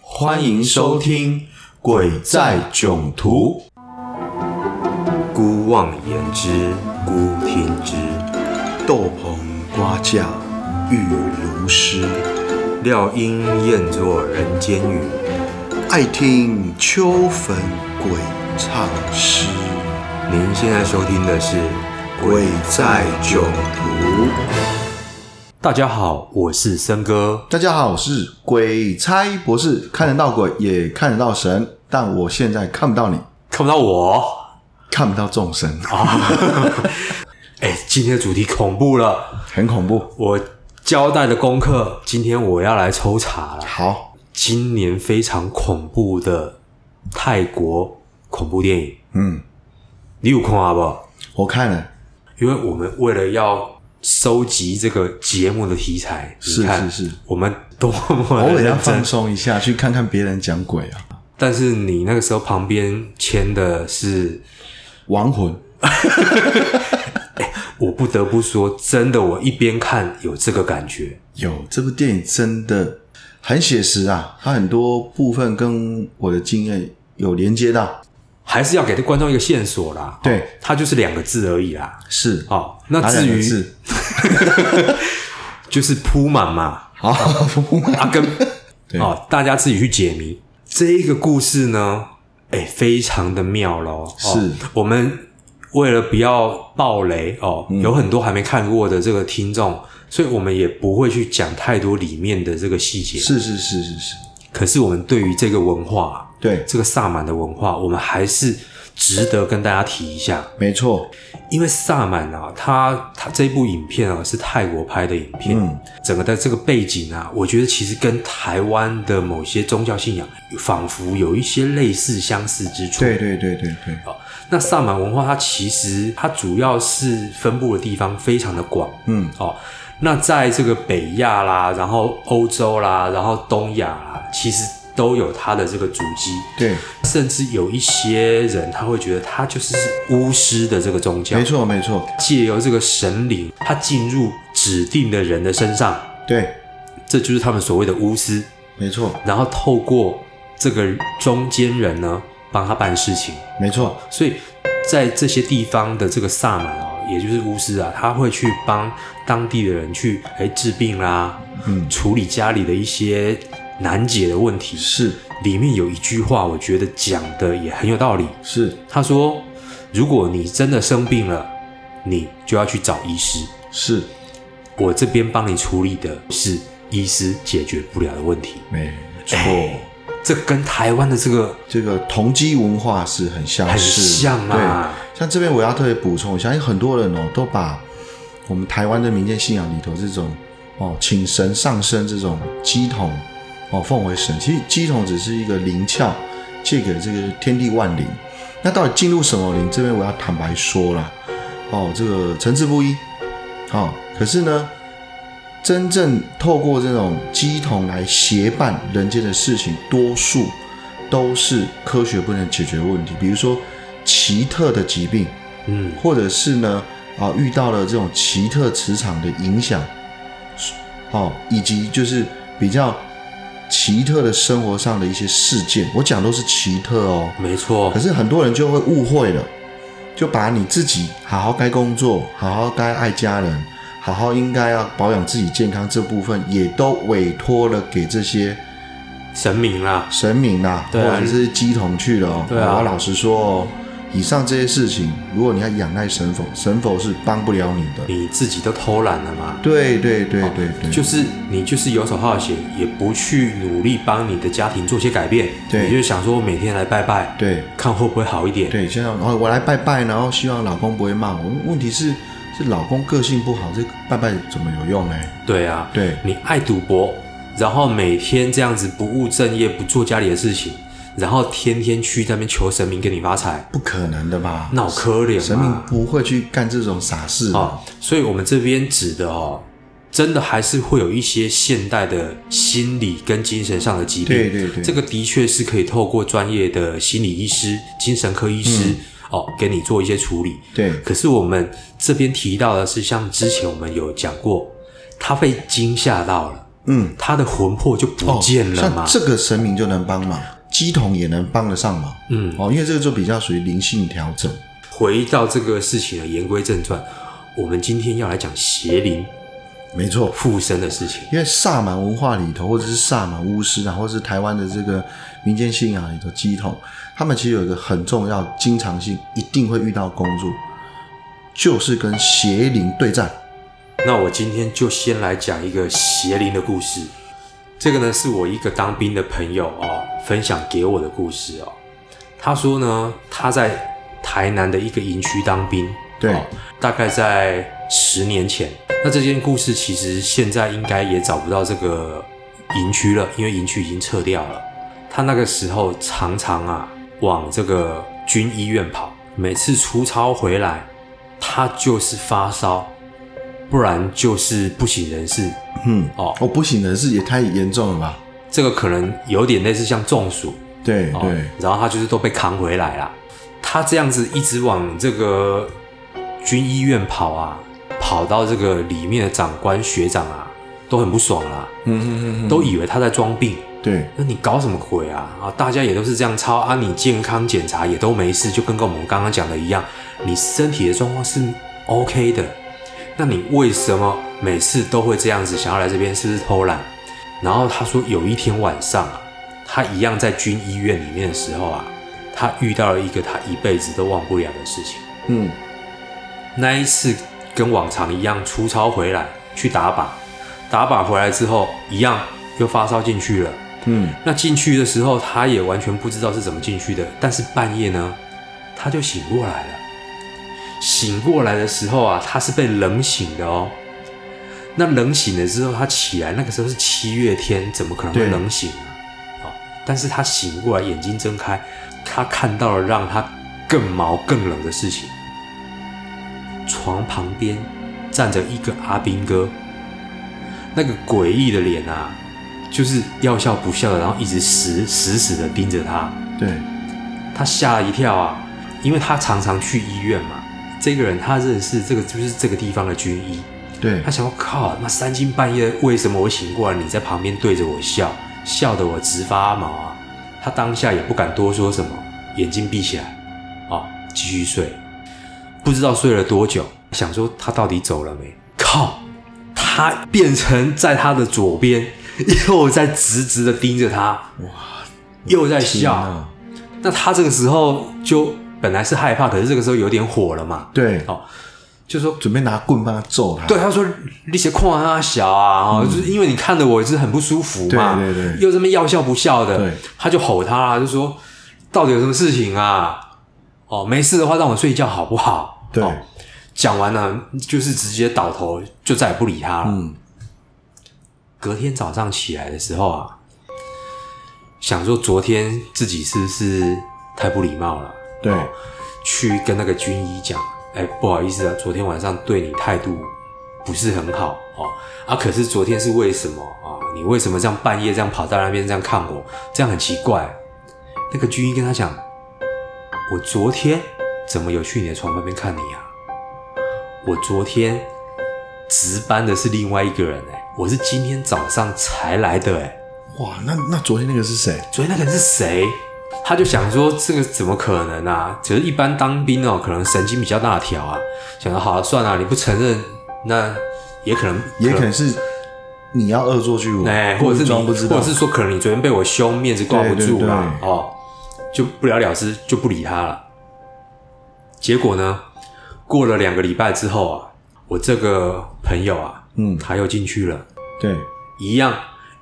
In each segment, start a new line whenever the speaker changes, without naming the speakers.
欢迎收听《鬼在囧途》。
姑妄言之，姑听之。
豆棚瓜架雨如诗，
料应厌作人间语，
爱听秋坟鬼唱诗。
您现在收听的是《
鬼在囧途》。
大家好，我是森哥。
大家好，我是鬼差博士，看得到鬼也看得到神，但我现在看不到你，
看不到我
看不到众生，
啊！哎、今天的主题恐怖了。
很恐怖。
我交代的功课，今天我要来抽查了。
好，
今年非常恐怖的泰国恐怖电影，
嗯，
你有空啊不？
我看了，
因为我们为了要收集这个节目的题材，
是
你看
是是，
我们多么
偶
的
尔要
认
放
真。
松一下，去看看别人讲鬼啊，
但是你那个时候旁边签的是，
亡魂。
我不得不说，真的，我一边看有这个感觉，
有这部电影真的很写实啊，它很多部分跟我的经验有连接到。
还是要给观众一个线索啦。
对
哦它就是两个字而已啦。
是，
哦，那
哪
至
两个
于
字
就是铺满嘛，
好， 不
啊跟
对
哦，大家自己去解谜。这一个故事呢，哎，非常的妙喽。哦
是
我们为了不要爆雷哦，
嗯
有很多还没看过的这个听众，所以我们也不会去讲太多里面的这个细节。
是是是是是，
可是我们对于这个文化，
对，
这个萨满的文化，我们还是值得跟大家提一下，
没错，
因为萨满啊，它它这部影片啊是泰国拍的影片，
嗯
整个的这个背景啊，我觉得其实跟台湾的某些宗教信仰仿佛有一些类似相似之处。
对对对对对，
那萨满文化它其实它主要是分布的地方非常的广，
嗯，
哦，那在这个北亚啦，然后欧洲啦，然后东亚啦，其实都有它的这个足迹。
对，
甚至有一些人他会觉得他就是巫师的这个宗教
没，错没错，
借由这个神灵，他进入指定的人的身上，
对，
这就是他们所谓的巫师。
没错
然后透过这个中间人呢，帮他办事情。
没错，
所以在这些地方的这个萨满哦，也就是巫师啊，他会去帮当地的人去哎治病啦，
嗯
处理家里的一些难解的问题。
是
里面有一句话，我觉得讲的也很有道理。
是
他说，如果你真的生病了，你就要去找医师。
是，
我这边帮你处理的是医师解决不了的问题。
没 错，
哎这跟台湾的这个
这个同基文化是很相
很
似，
像
对。
啊。
像这边我要特别补充一下，因为很多人哦都把我们台湾的民间信仰里头这种哦请神上身这种鸡桶哦奉为神，其实鸡桶只是一个灵窍，借给这个天地万灵。那到底进入什么灵？这边我要坦白说啦，哦，这个层次不一哦。可是呢，真正透过这种鸡桶来协办人间的事情，多数都是科学不能解决的问题，比如说奇特的疾病，
嗯，
或者是呢啊遇到了这种奇特磁场的影响，哦，以及就是比较奇特的生活上的一些事件，我讲都是奇特哦。
没错
可。是很多人就会误会了，就把你自己好好该工作，好好该爱家人，好好应该要保养自己健康这部分，也都委托了给这些
神明啦，
神明啊，
对啊
或者是鸡童去了、哦。
对啊
我老实说哦，以上这些事情，如果你要仰赖神佛，神佛是帮不了你的。
你自己都偷懒了嘛？
对对对对对，
哦就是你就是游手好闲，也不去努力帮你的家庭做些改变，
对
你就想说我每天来拜拜，
对
看会不会好一点。
对，这样，然后我来拜拜，然后希望老公不会骂我。问题是，是老公个性不好，这拜拜怎么有用呢？
对啊，
对
你爱赌博，然后每天这样子不务正业，不做家里的事情，然后天天去那边求神明给你发财，
不可能的吧？
脑壳脸
神明
嘛。
不会去干这种傻事的。
哦，所以我们这边指的哦，真的还是会有一些现代的心理跟精神上的疾病。
对对对
这个的确是可以透过专业的心理医师、精神科医师、
嗯
哦，给你做一些处理。
对
可是我们这边提到的是，像之前我们有讲过，他被惊吓到了，
嗯，
他的魂魄就不
哦
见了嘛。
像这个神明就能帮忙，鸡童也能帮得上忙。
嗯，
哦，因为这个就比较属于灵性调整。
回到这个事情的言归正传，我们今天要来讲邪灵
没错，
附身的事情。
因为萨满文化里头，或者是萨满巫师啊，或者是台湾的这个民间信仰里头，鸡童，他们其实有一个很重要、经常性一定会遇到工作，就是跟邪灵对战。
那我今天就先来讲一个邪灵的故事。这个呢是我一个当兵的朋友哦分享给我的故事哦。他说呢他在台南的一个营区当兵，
对
哦大概在十年前。那这件故事其实现在应该也找不到这个营区了，因为营区已经撤掉了。他那个时候常常啊往这个军医院跑，每次出操回来，他就是发烧，不然就是不省人事。
嗯，
哦
哦，不行的是也太严重了吧？
这个可能有点类似像中暑，
对
哦
对，
然后他就是都被扛回来啦。他这样子一直往这个军医院跑啊，跑到这个里面的长官学长啊都很不爽啦，
嗯嗯嗯，
都以为他在装病。
对，
那你搞什么鬼啊？啊，大家也都是这样抄啊，你健康检查也都没事，就跟跟我们刚刚讲的一样，你身体的状况是 OK 的，那你为什么每次都会这样子想要来这边？是不是偷懒？然后他说有一天晚上啊，他一样在军医院里面的时候啊，他遇到了一个他一辈子都忘不了的事情。
嗯，
那一次跟往常一样出操回来去打靶，打靶回来之后一样又发烧进去了。
嗯，
那进去的时候，他也完全不知道是怎么进去的。但是半夜呢，他就醒过来了。醒过来的时候啊，他是被冷醒的哦。那冷醒了之后，他起来，那个时候是七月天，怎么可能会
对
冷醒啊？哦，但是他醒过来，眼睛睁开，他看到了让他更毛更冷的事情。床旁边站着一个阿兵哥，那个诡异的脸啊，就是要笑不笑的，然后一直死死死的盯着他。
对，
他吓了一跳啊，因为他常常去医院嘛。这个人他认识这个就是这个地方的军医，
对
他，想说靠，妈三更半夜为什么我醒过来你在旁边对着我笑，笑得我直发毛啊！他当下也不敢多说什么，眼睛闭起来，啊、继续睡。不知道睡了多久，想说他到底走了没？靠，他变成在他的左边，又在直直的盯着他，哇，又在
天
笑。
哪
那他这个时候就本来是害怕，可是这个时候有点火了嘛，
对，
哦，就说
准备拿棍棒揍他。
对，，他说你写矿啊小啊，哦，就是因为你看着我是很不舒服嘛，
嗯对对对
又这么要笑不笑的
对，
他就吼他啦，就说到底有什么事情啊？哦，没事的话让我睡觉好不好？
对
哦讲完了就是直接倒头，就再也不理他了。
嗯，
隔天早上起来的时候啊，想说昨天自己是不是太不礼貌了？
对，
去跟那个军医讲，哎、不好意思啊，昨天晚上对你态度不是很好哦，啊，可是昨天是为什么啊、你为什么这样半夜这样跑到那边这样看我，这样很奇怪。那个军医跟他讲，我昨天怎么有去你的床旁边看你啊？我昨天值班的是另外一个人哎、我是今天早上才来的哎、
哇，那那昨天那个是谁？
昨天那个人是谁？他就想说这个怎么可能啊？只是一般当兵哦，可能神经比较大条啊，想说好、算了、你不承认，那也可能
也可能是你要恶作剧我，
哎，或者是你，
装不知
或
道，
者是说可能你昨天被我凶，面子挂不住啦，
对对对
哦，就不了了之，就不理他了。结果呢，过了两个礼拜之后啊，我这个朋友啊，
嗯，
他又进去了，
对，
一样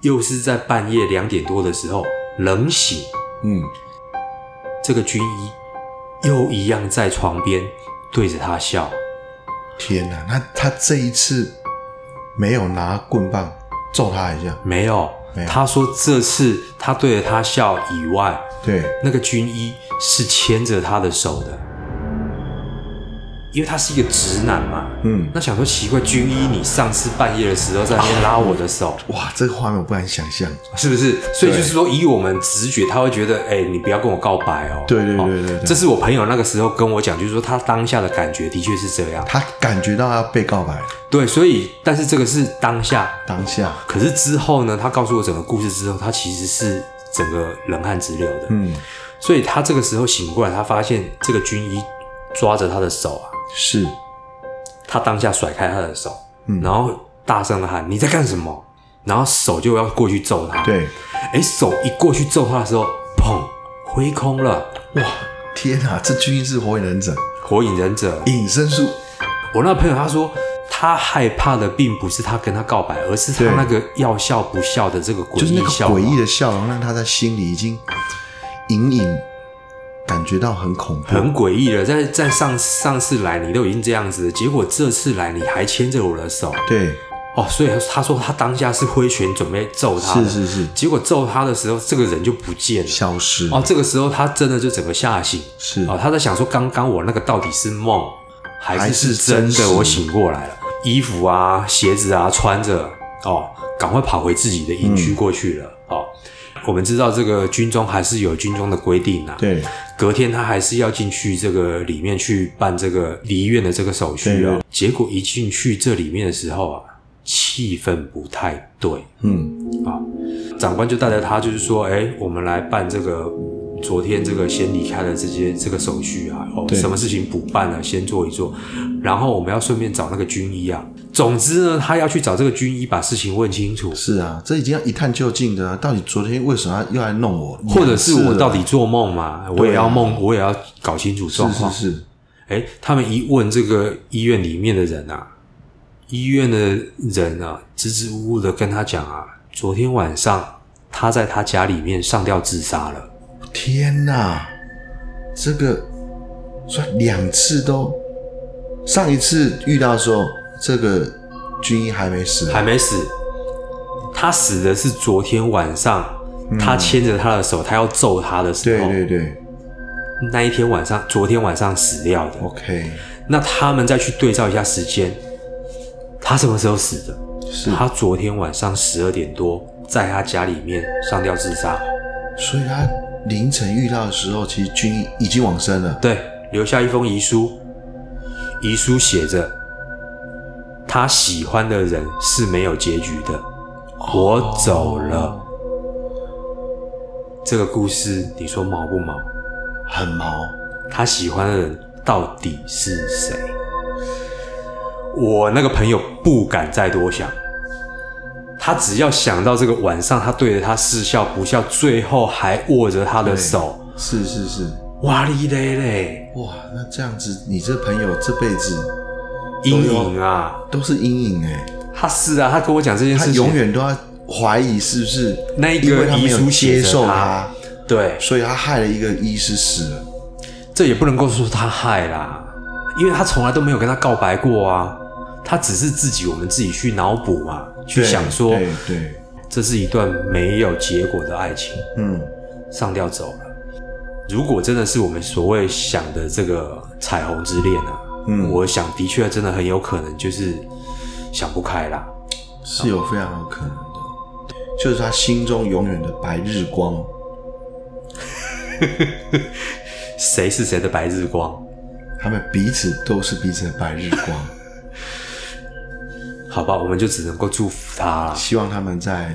又是在半夜两点多的时候冷醒。
嗯，
这个军医又一样在床边对着他笑。
天哪，那他这一次没有拿棍棒揍他一下，
没有，
没有
他说这次他对着他笑以外，
对，
那个军医是牵着他的手的。因为他是一个直男嘛，
嗯
那想说奇怪，军医你上次半夜的时候在那边拉我的 手，
哇，这个画面我不敢想象。
是不是？所以就
对
是说，以我们直觉，他会觉得，哎、你不要跟我告白哦。
对对对
哦
对对对
这是我朋友那个时候跟我讲，就是说他当下的感觉的确是这样。
他感觉到他被告白
对，所以但是这个是当下，
当下，
可是之后呢，他告诉我整个故事之后，他其实是整个冷汗直流的。
嗯，
所以他这个时候醒过来，他发现这个军医抓着他的手啊，
是，
他当下甩开他的手，
嗯
然后大声的喊：“你在干什么？”然后手就要过去揍他。，
对，
哎，手一过去揍他的时候，砰，挥空了。
哇，天啊，这军医是火影忍者，
火影忍者，
隐身术，
我那朋友他说，他害怕的并不是他跟他告白，而是他
对
那个要笑不笑的这个诡
就是那
异
个
笑
诡
容。
异的笑容，让他在心里已经隐隐感觉到很恐怖。
很诡异了，在在上上次来你都已经这样子了，结果这次来你还牵着我的手
对，
哦，所以他说他当下是挥拳准备揍他的，
是是是，
结果揍他的时候，这个人就不见了。
消失
哦，这个时候他真的就整个吓醒，
是
哦，他在想说，刚刚我那个到底是梦还
还
是
是
是真
真实
的？我醒过来了，衣服啊、鞋子啊穿着，哦，赶快跑回自己的营
嗯
区过去了。哦，我们知道这个军中还是有军中的规定啊，，
对
隔天他还是要进去这个里面去办这个离院的这个手续
对
啊
对。
结果一进去这里面的时候啊，气氛不太对。啊
嗯，
长官就带着他，就是说，哎、我们来办这个昨天这个先离开的这些这个手续啊，哦，
对
什么事情补办了，先做一做，然后我们要顺便找那个军医啊。总之呢，他要去找这个军医，把事情问清楚，
是啊，这已经要一探究竟的啊，到底昨天为什么要来弄我，
或者是
两次
我
了
到底做梦吗？我也要梦，我也要搞清楚状
啊是
况。
是是，
哎，他们一问这个医院里面的人啊，医院的人啊，支支吾吾的跟他讲啊，昨天晚上他在他家里面上吊自杀了。
天哪，这个算两次都，上一次遇到的时候，这个军医还没死，
还没死，他死的是昨天晚上，他牵着他的手，他要揍他的时
对
候，
嗯对对
那一天晚上，昨天晚上死掉的。
，OK，
那他们再去对照一下时间，他什么时候死的？
是，
他昨天晚上十二点多在他家里面上吊自杀，
所以他凌晨遇到的时候，其实军医已经往生了，
对，留下一封遗书，遗书写着他喜欢的人是没有结局的，我走了。这个故事你说毛不毛？
很毛，
他喜欢的人到底是谁？我那个朋友不敢再多想，他只要想到这个晚上，他对着他似笑不笑，最后还握着他的
对
手，
是是是，
哇哩嘞嘞，
哇，那这样子，你这朋友这辈子
阴影啊！
都是阴影哎、
他是啊，他跟我讲这件
他
事情，
永远都要怀疑是不是
那一个
因为他没
遗
有
书写
接
着
受
他
他，
对，
所以他害了一个医师死了。
这也不能够说他害啦，因为他从来都没有跟他告白过啊，他只是自己我们自己去脑补嘛，去
对
想说
对对，
这是一段没有结果的爱情，
嗯，
上吊走了。如果真的是我们所谓想的这个彩虹之恋啊，
嗯
我想的确真的很有可能就是想不开啦。
是有非常有可能的，就是他心中永远的白日光。
谁是谁的白日光？
他们彼此都是彼此的白日 光，
好吧，我们就只能够祝福他啦。
希望他们在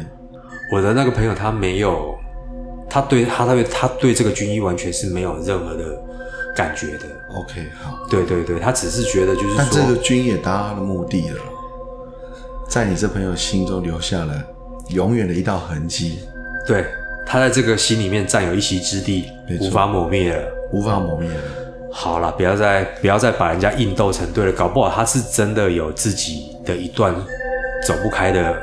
我的那个朋友他没有，他对他他对他对这个军医完全是没有任何的感觉的。
OK 好。
对对对，他只是觉得就是
但这个
说，
军也达到他的目的了，在你这朋友心中留下了永远的一道痕迹，
对他在这个心里面占有一席之地
没，错
无法抹灭了。
无法磨灭了。
好了，不要再不要再把人家硬斗成对了，搞不好他是真的有自己的一段走不开的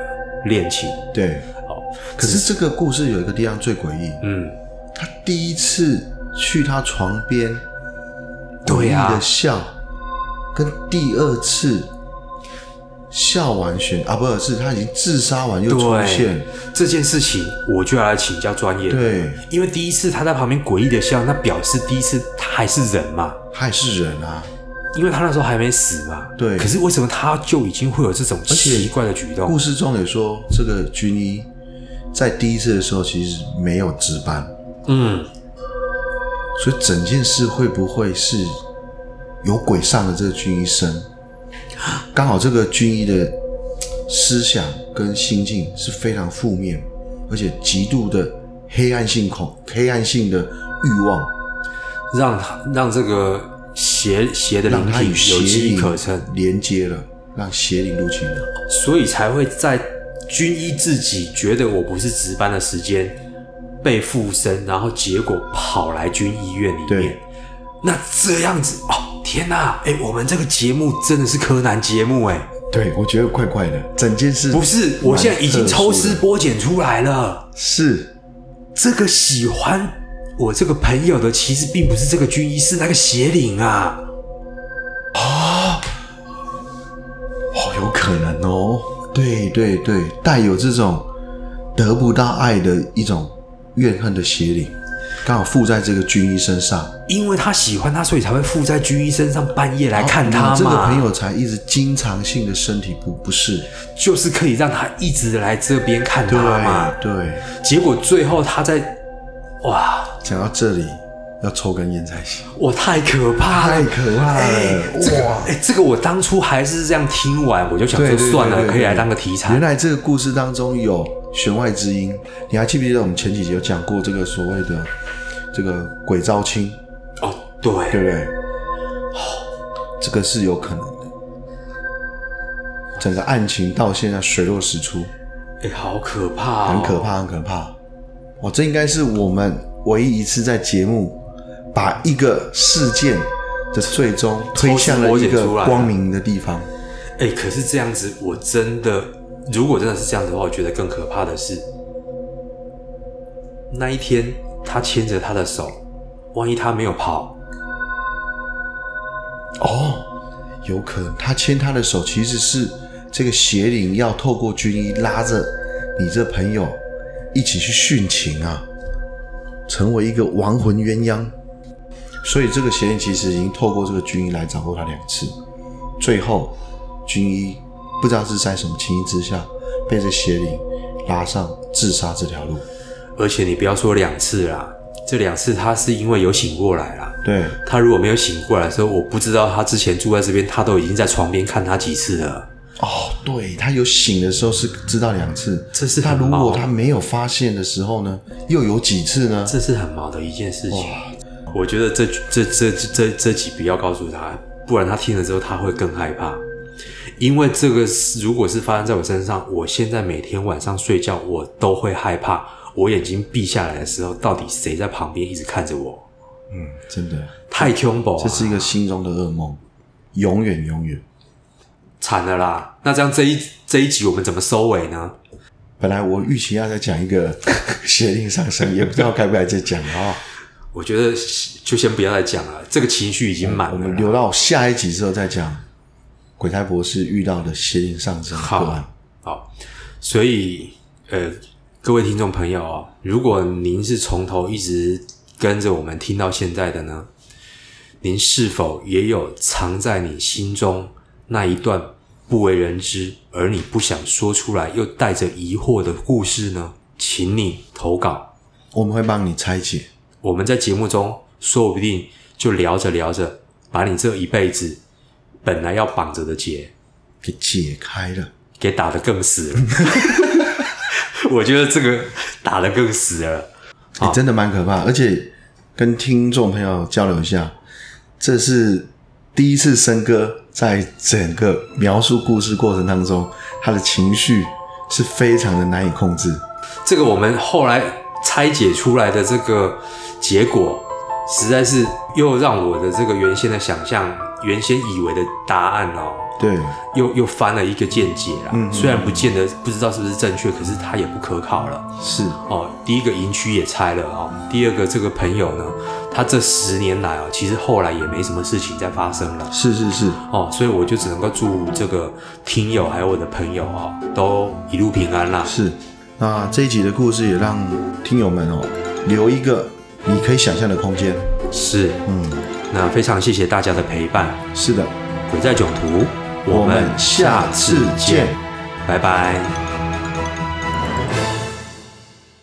恋情。
对，
哦，
可是这个故事有一个地方最诡异，
嗯，
他第一次去他床边，
对啊
诡异的笑，跟第二次笑完选啊，不是，是他已经自杀完又出
对
现，
这件事情，我就要来请教专业。
对，
因为第一次他在旁边诡异的笑，那表示第一次他还是人嘛。
他也是人啊，
因为他那时候还没死嘛。
对
可是为什么他就已经会有这种奇怪的举
故
动？
事中也说，这个军医在第一次的时候其实没有值班，
嗯，
所以整件事会不会是有鬼上的这个军医生，刚好这个军医的思想跟心境是非常负面，而且极度的黑暗性恐黑暗性的欲望，
让他让这个邪邪的
让
灵
他
体
与
有
邪
机
灵
可乘，
连接了，让邪灵入侵了。
所以才会在军医自己觉得我不是值班的时间被附身，然后结果跑来军医院里面
对。
那这样子哦，天哪、哎、我们这个节目真的是柯南节目哎、
对，我觉得怪怪的，整件事
不是，我现在已经抽丝剥茧出来了。
是
这个喜欢我这个朋友的，其实并不是这个军医，是那个邪灵啊。
哦，有可能哦。对对对，带有这种得不到爱的一种怨恨的邪灵，刚好附在这个军医身上。
因为他喜欢他，所以才会附在军医身上，半夜来看
然
他嘛。
后哦这个朋友才一直经常性的身体不不适。
就是可以让他一直来这边看他
对
嘛。
对，
结果最后他在，哇，
讲到这里要抽根烟才行。
我太可怕了，
太可怕了
这个
哇
啊哎、这个我当初还是这样听完，我就想说
对对
算
对
了，
对
可以来
对
当个题材
原。来这个故事当中有弦外之音，你还记不记得我们前几集有讲过这个所谓的这个鬼招亲，
哦，对，
对不对？这个是有可能的。整个案情到现在水落石出，
哎、好可怕、
很可。怕，很可怕。哦，这应该是我们唯一一次在节目把一个事件的最终推向了一
抽丝剥茧
个
出来
光明的地方。
哎、可是这样子，我真的，如果真的是这样子的话，我觉得更可怕的是，那一天他牵着他的手，万一他没有跑，
哦，有可能他牵他的手其实是这个邪灵要透过军医拉着你这朋友一起去殉情啊，成为一个亡魂鸳鸯。所以这个邪灵其实已经透过这个军医来找过他两次，最后军医不知道是在什么情形之下被这邪灵拉上自杀这条路。
而且你不要说两次啦，这两次他是因为有醒过来啦。
对，
他如果没有醒过来的时候，我不知道他之前住在这边，他都已经在床边看他几次了。
哦，对他有醒的时候是知道两次，
这是
他
很
如
毛
果他没有发现的时候呢，又有几次呢？
这是很毛的一件事情。我觉得这这这这这这集不要告诉他，不然他听了之后他会更害怕。因为这个是如果是发生在我身上，我现在每天晚上睡觉我都会害怕。我眼睛闭下来的时候，到底谁在旁边一直看着我？
嗯，真的，
太恐怖、啊
这是一
个
个心中的噩梦，永远永远。
惨了啦！那这样这一这一集我们怎么收尾呢？
本来我预期要再讲一个 邪灵上身，也不知道该不该再讲啊、
我觉得就先不要再讲了，这个情绪已经满
嗯我
了
们
啦。
留到下一集之后再讲鬼胎博士遇到的邪灵上身个案
好。，好，所以呃，各位听众朋友啊，如果您是从头一直跟着我们听到现在的呢，您是否也有藏在你心中那一段不为人知，而你不想说出来又带着疑惑的故事呢？请你投稿
我们会帮你拆解。
我们在节目中说不定就聊着聊着，把你这一辈子本来要绑着的结
给解开了，
给打得更死了。 我觉得这个打得更死了。
你、真的蛮可怕，而且跟听众朋友交流一下，这是第一次森哥在整个描述故事过程当中，他的情绪是非常的难以控制。
这个我们后来拆解出来的这个结果，实在是又让我的这个原先的想象、原先以为的答案哦，
对，
又又翻了一个见解啦。虽然不见得不知道是不是正确，可是它也不可考了。
是
哦，第一个营区也拆了哦，第二个这个朋友呢，他这十年来哦，其实后来也没什么事情再发生了
是是是，
哦，所以我就只能够祝这个听友还有我的朋友哦，都一路平安啦。
是。那这一集的故事也让听友们哦留一个你可以想象的空间。
是，
嗯，
那非常谢谢大家的陪伴，
是的，
鬼在囧途，
我们下次见，
拜拜。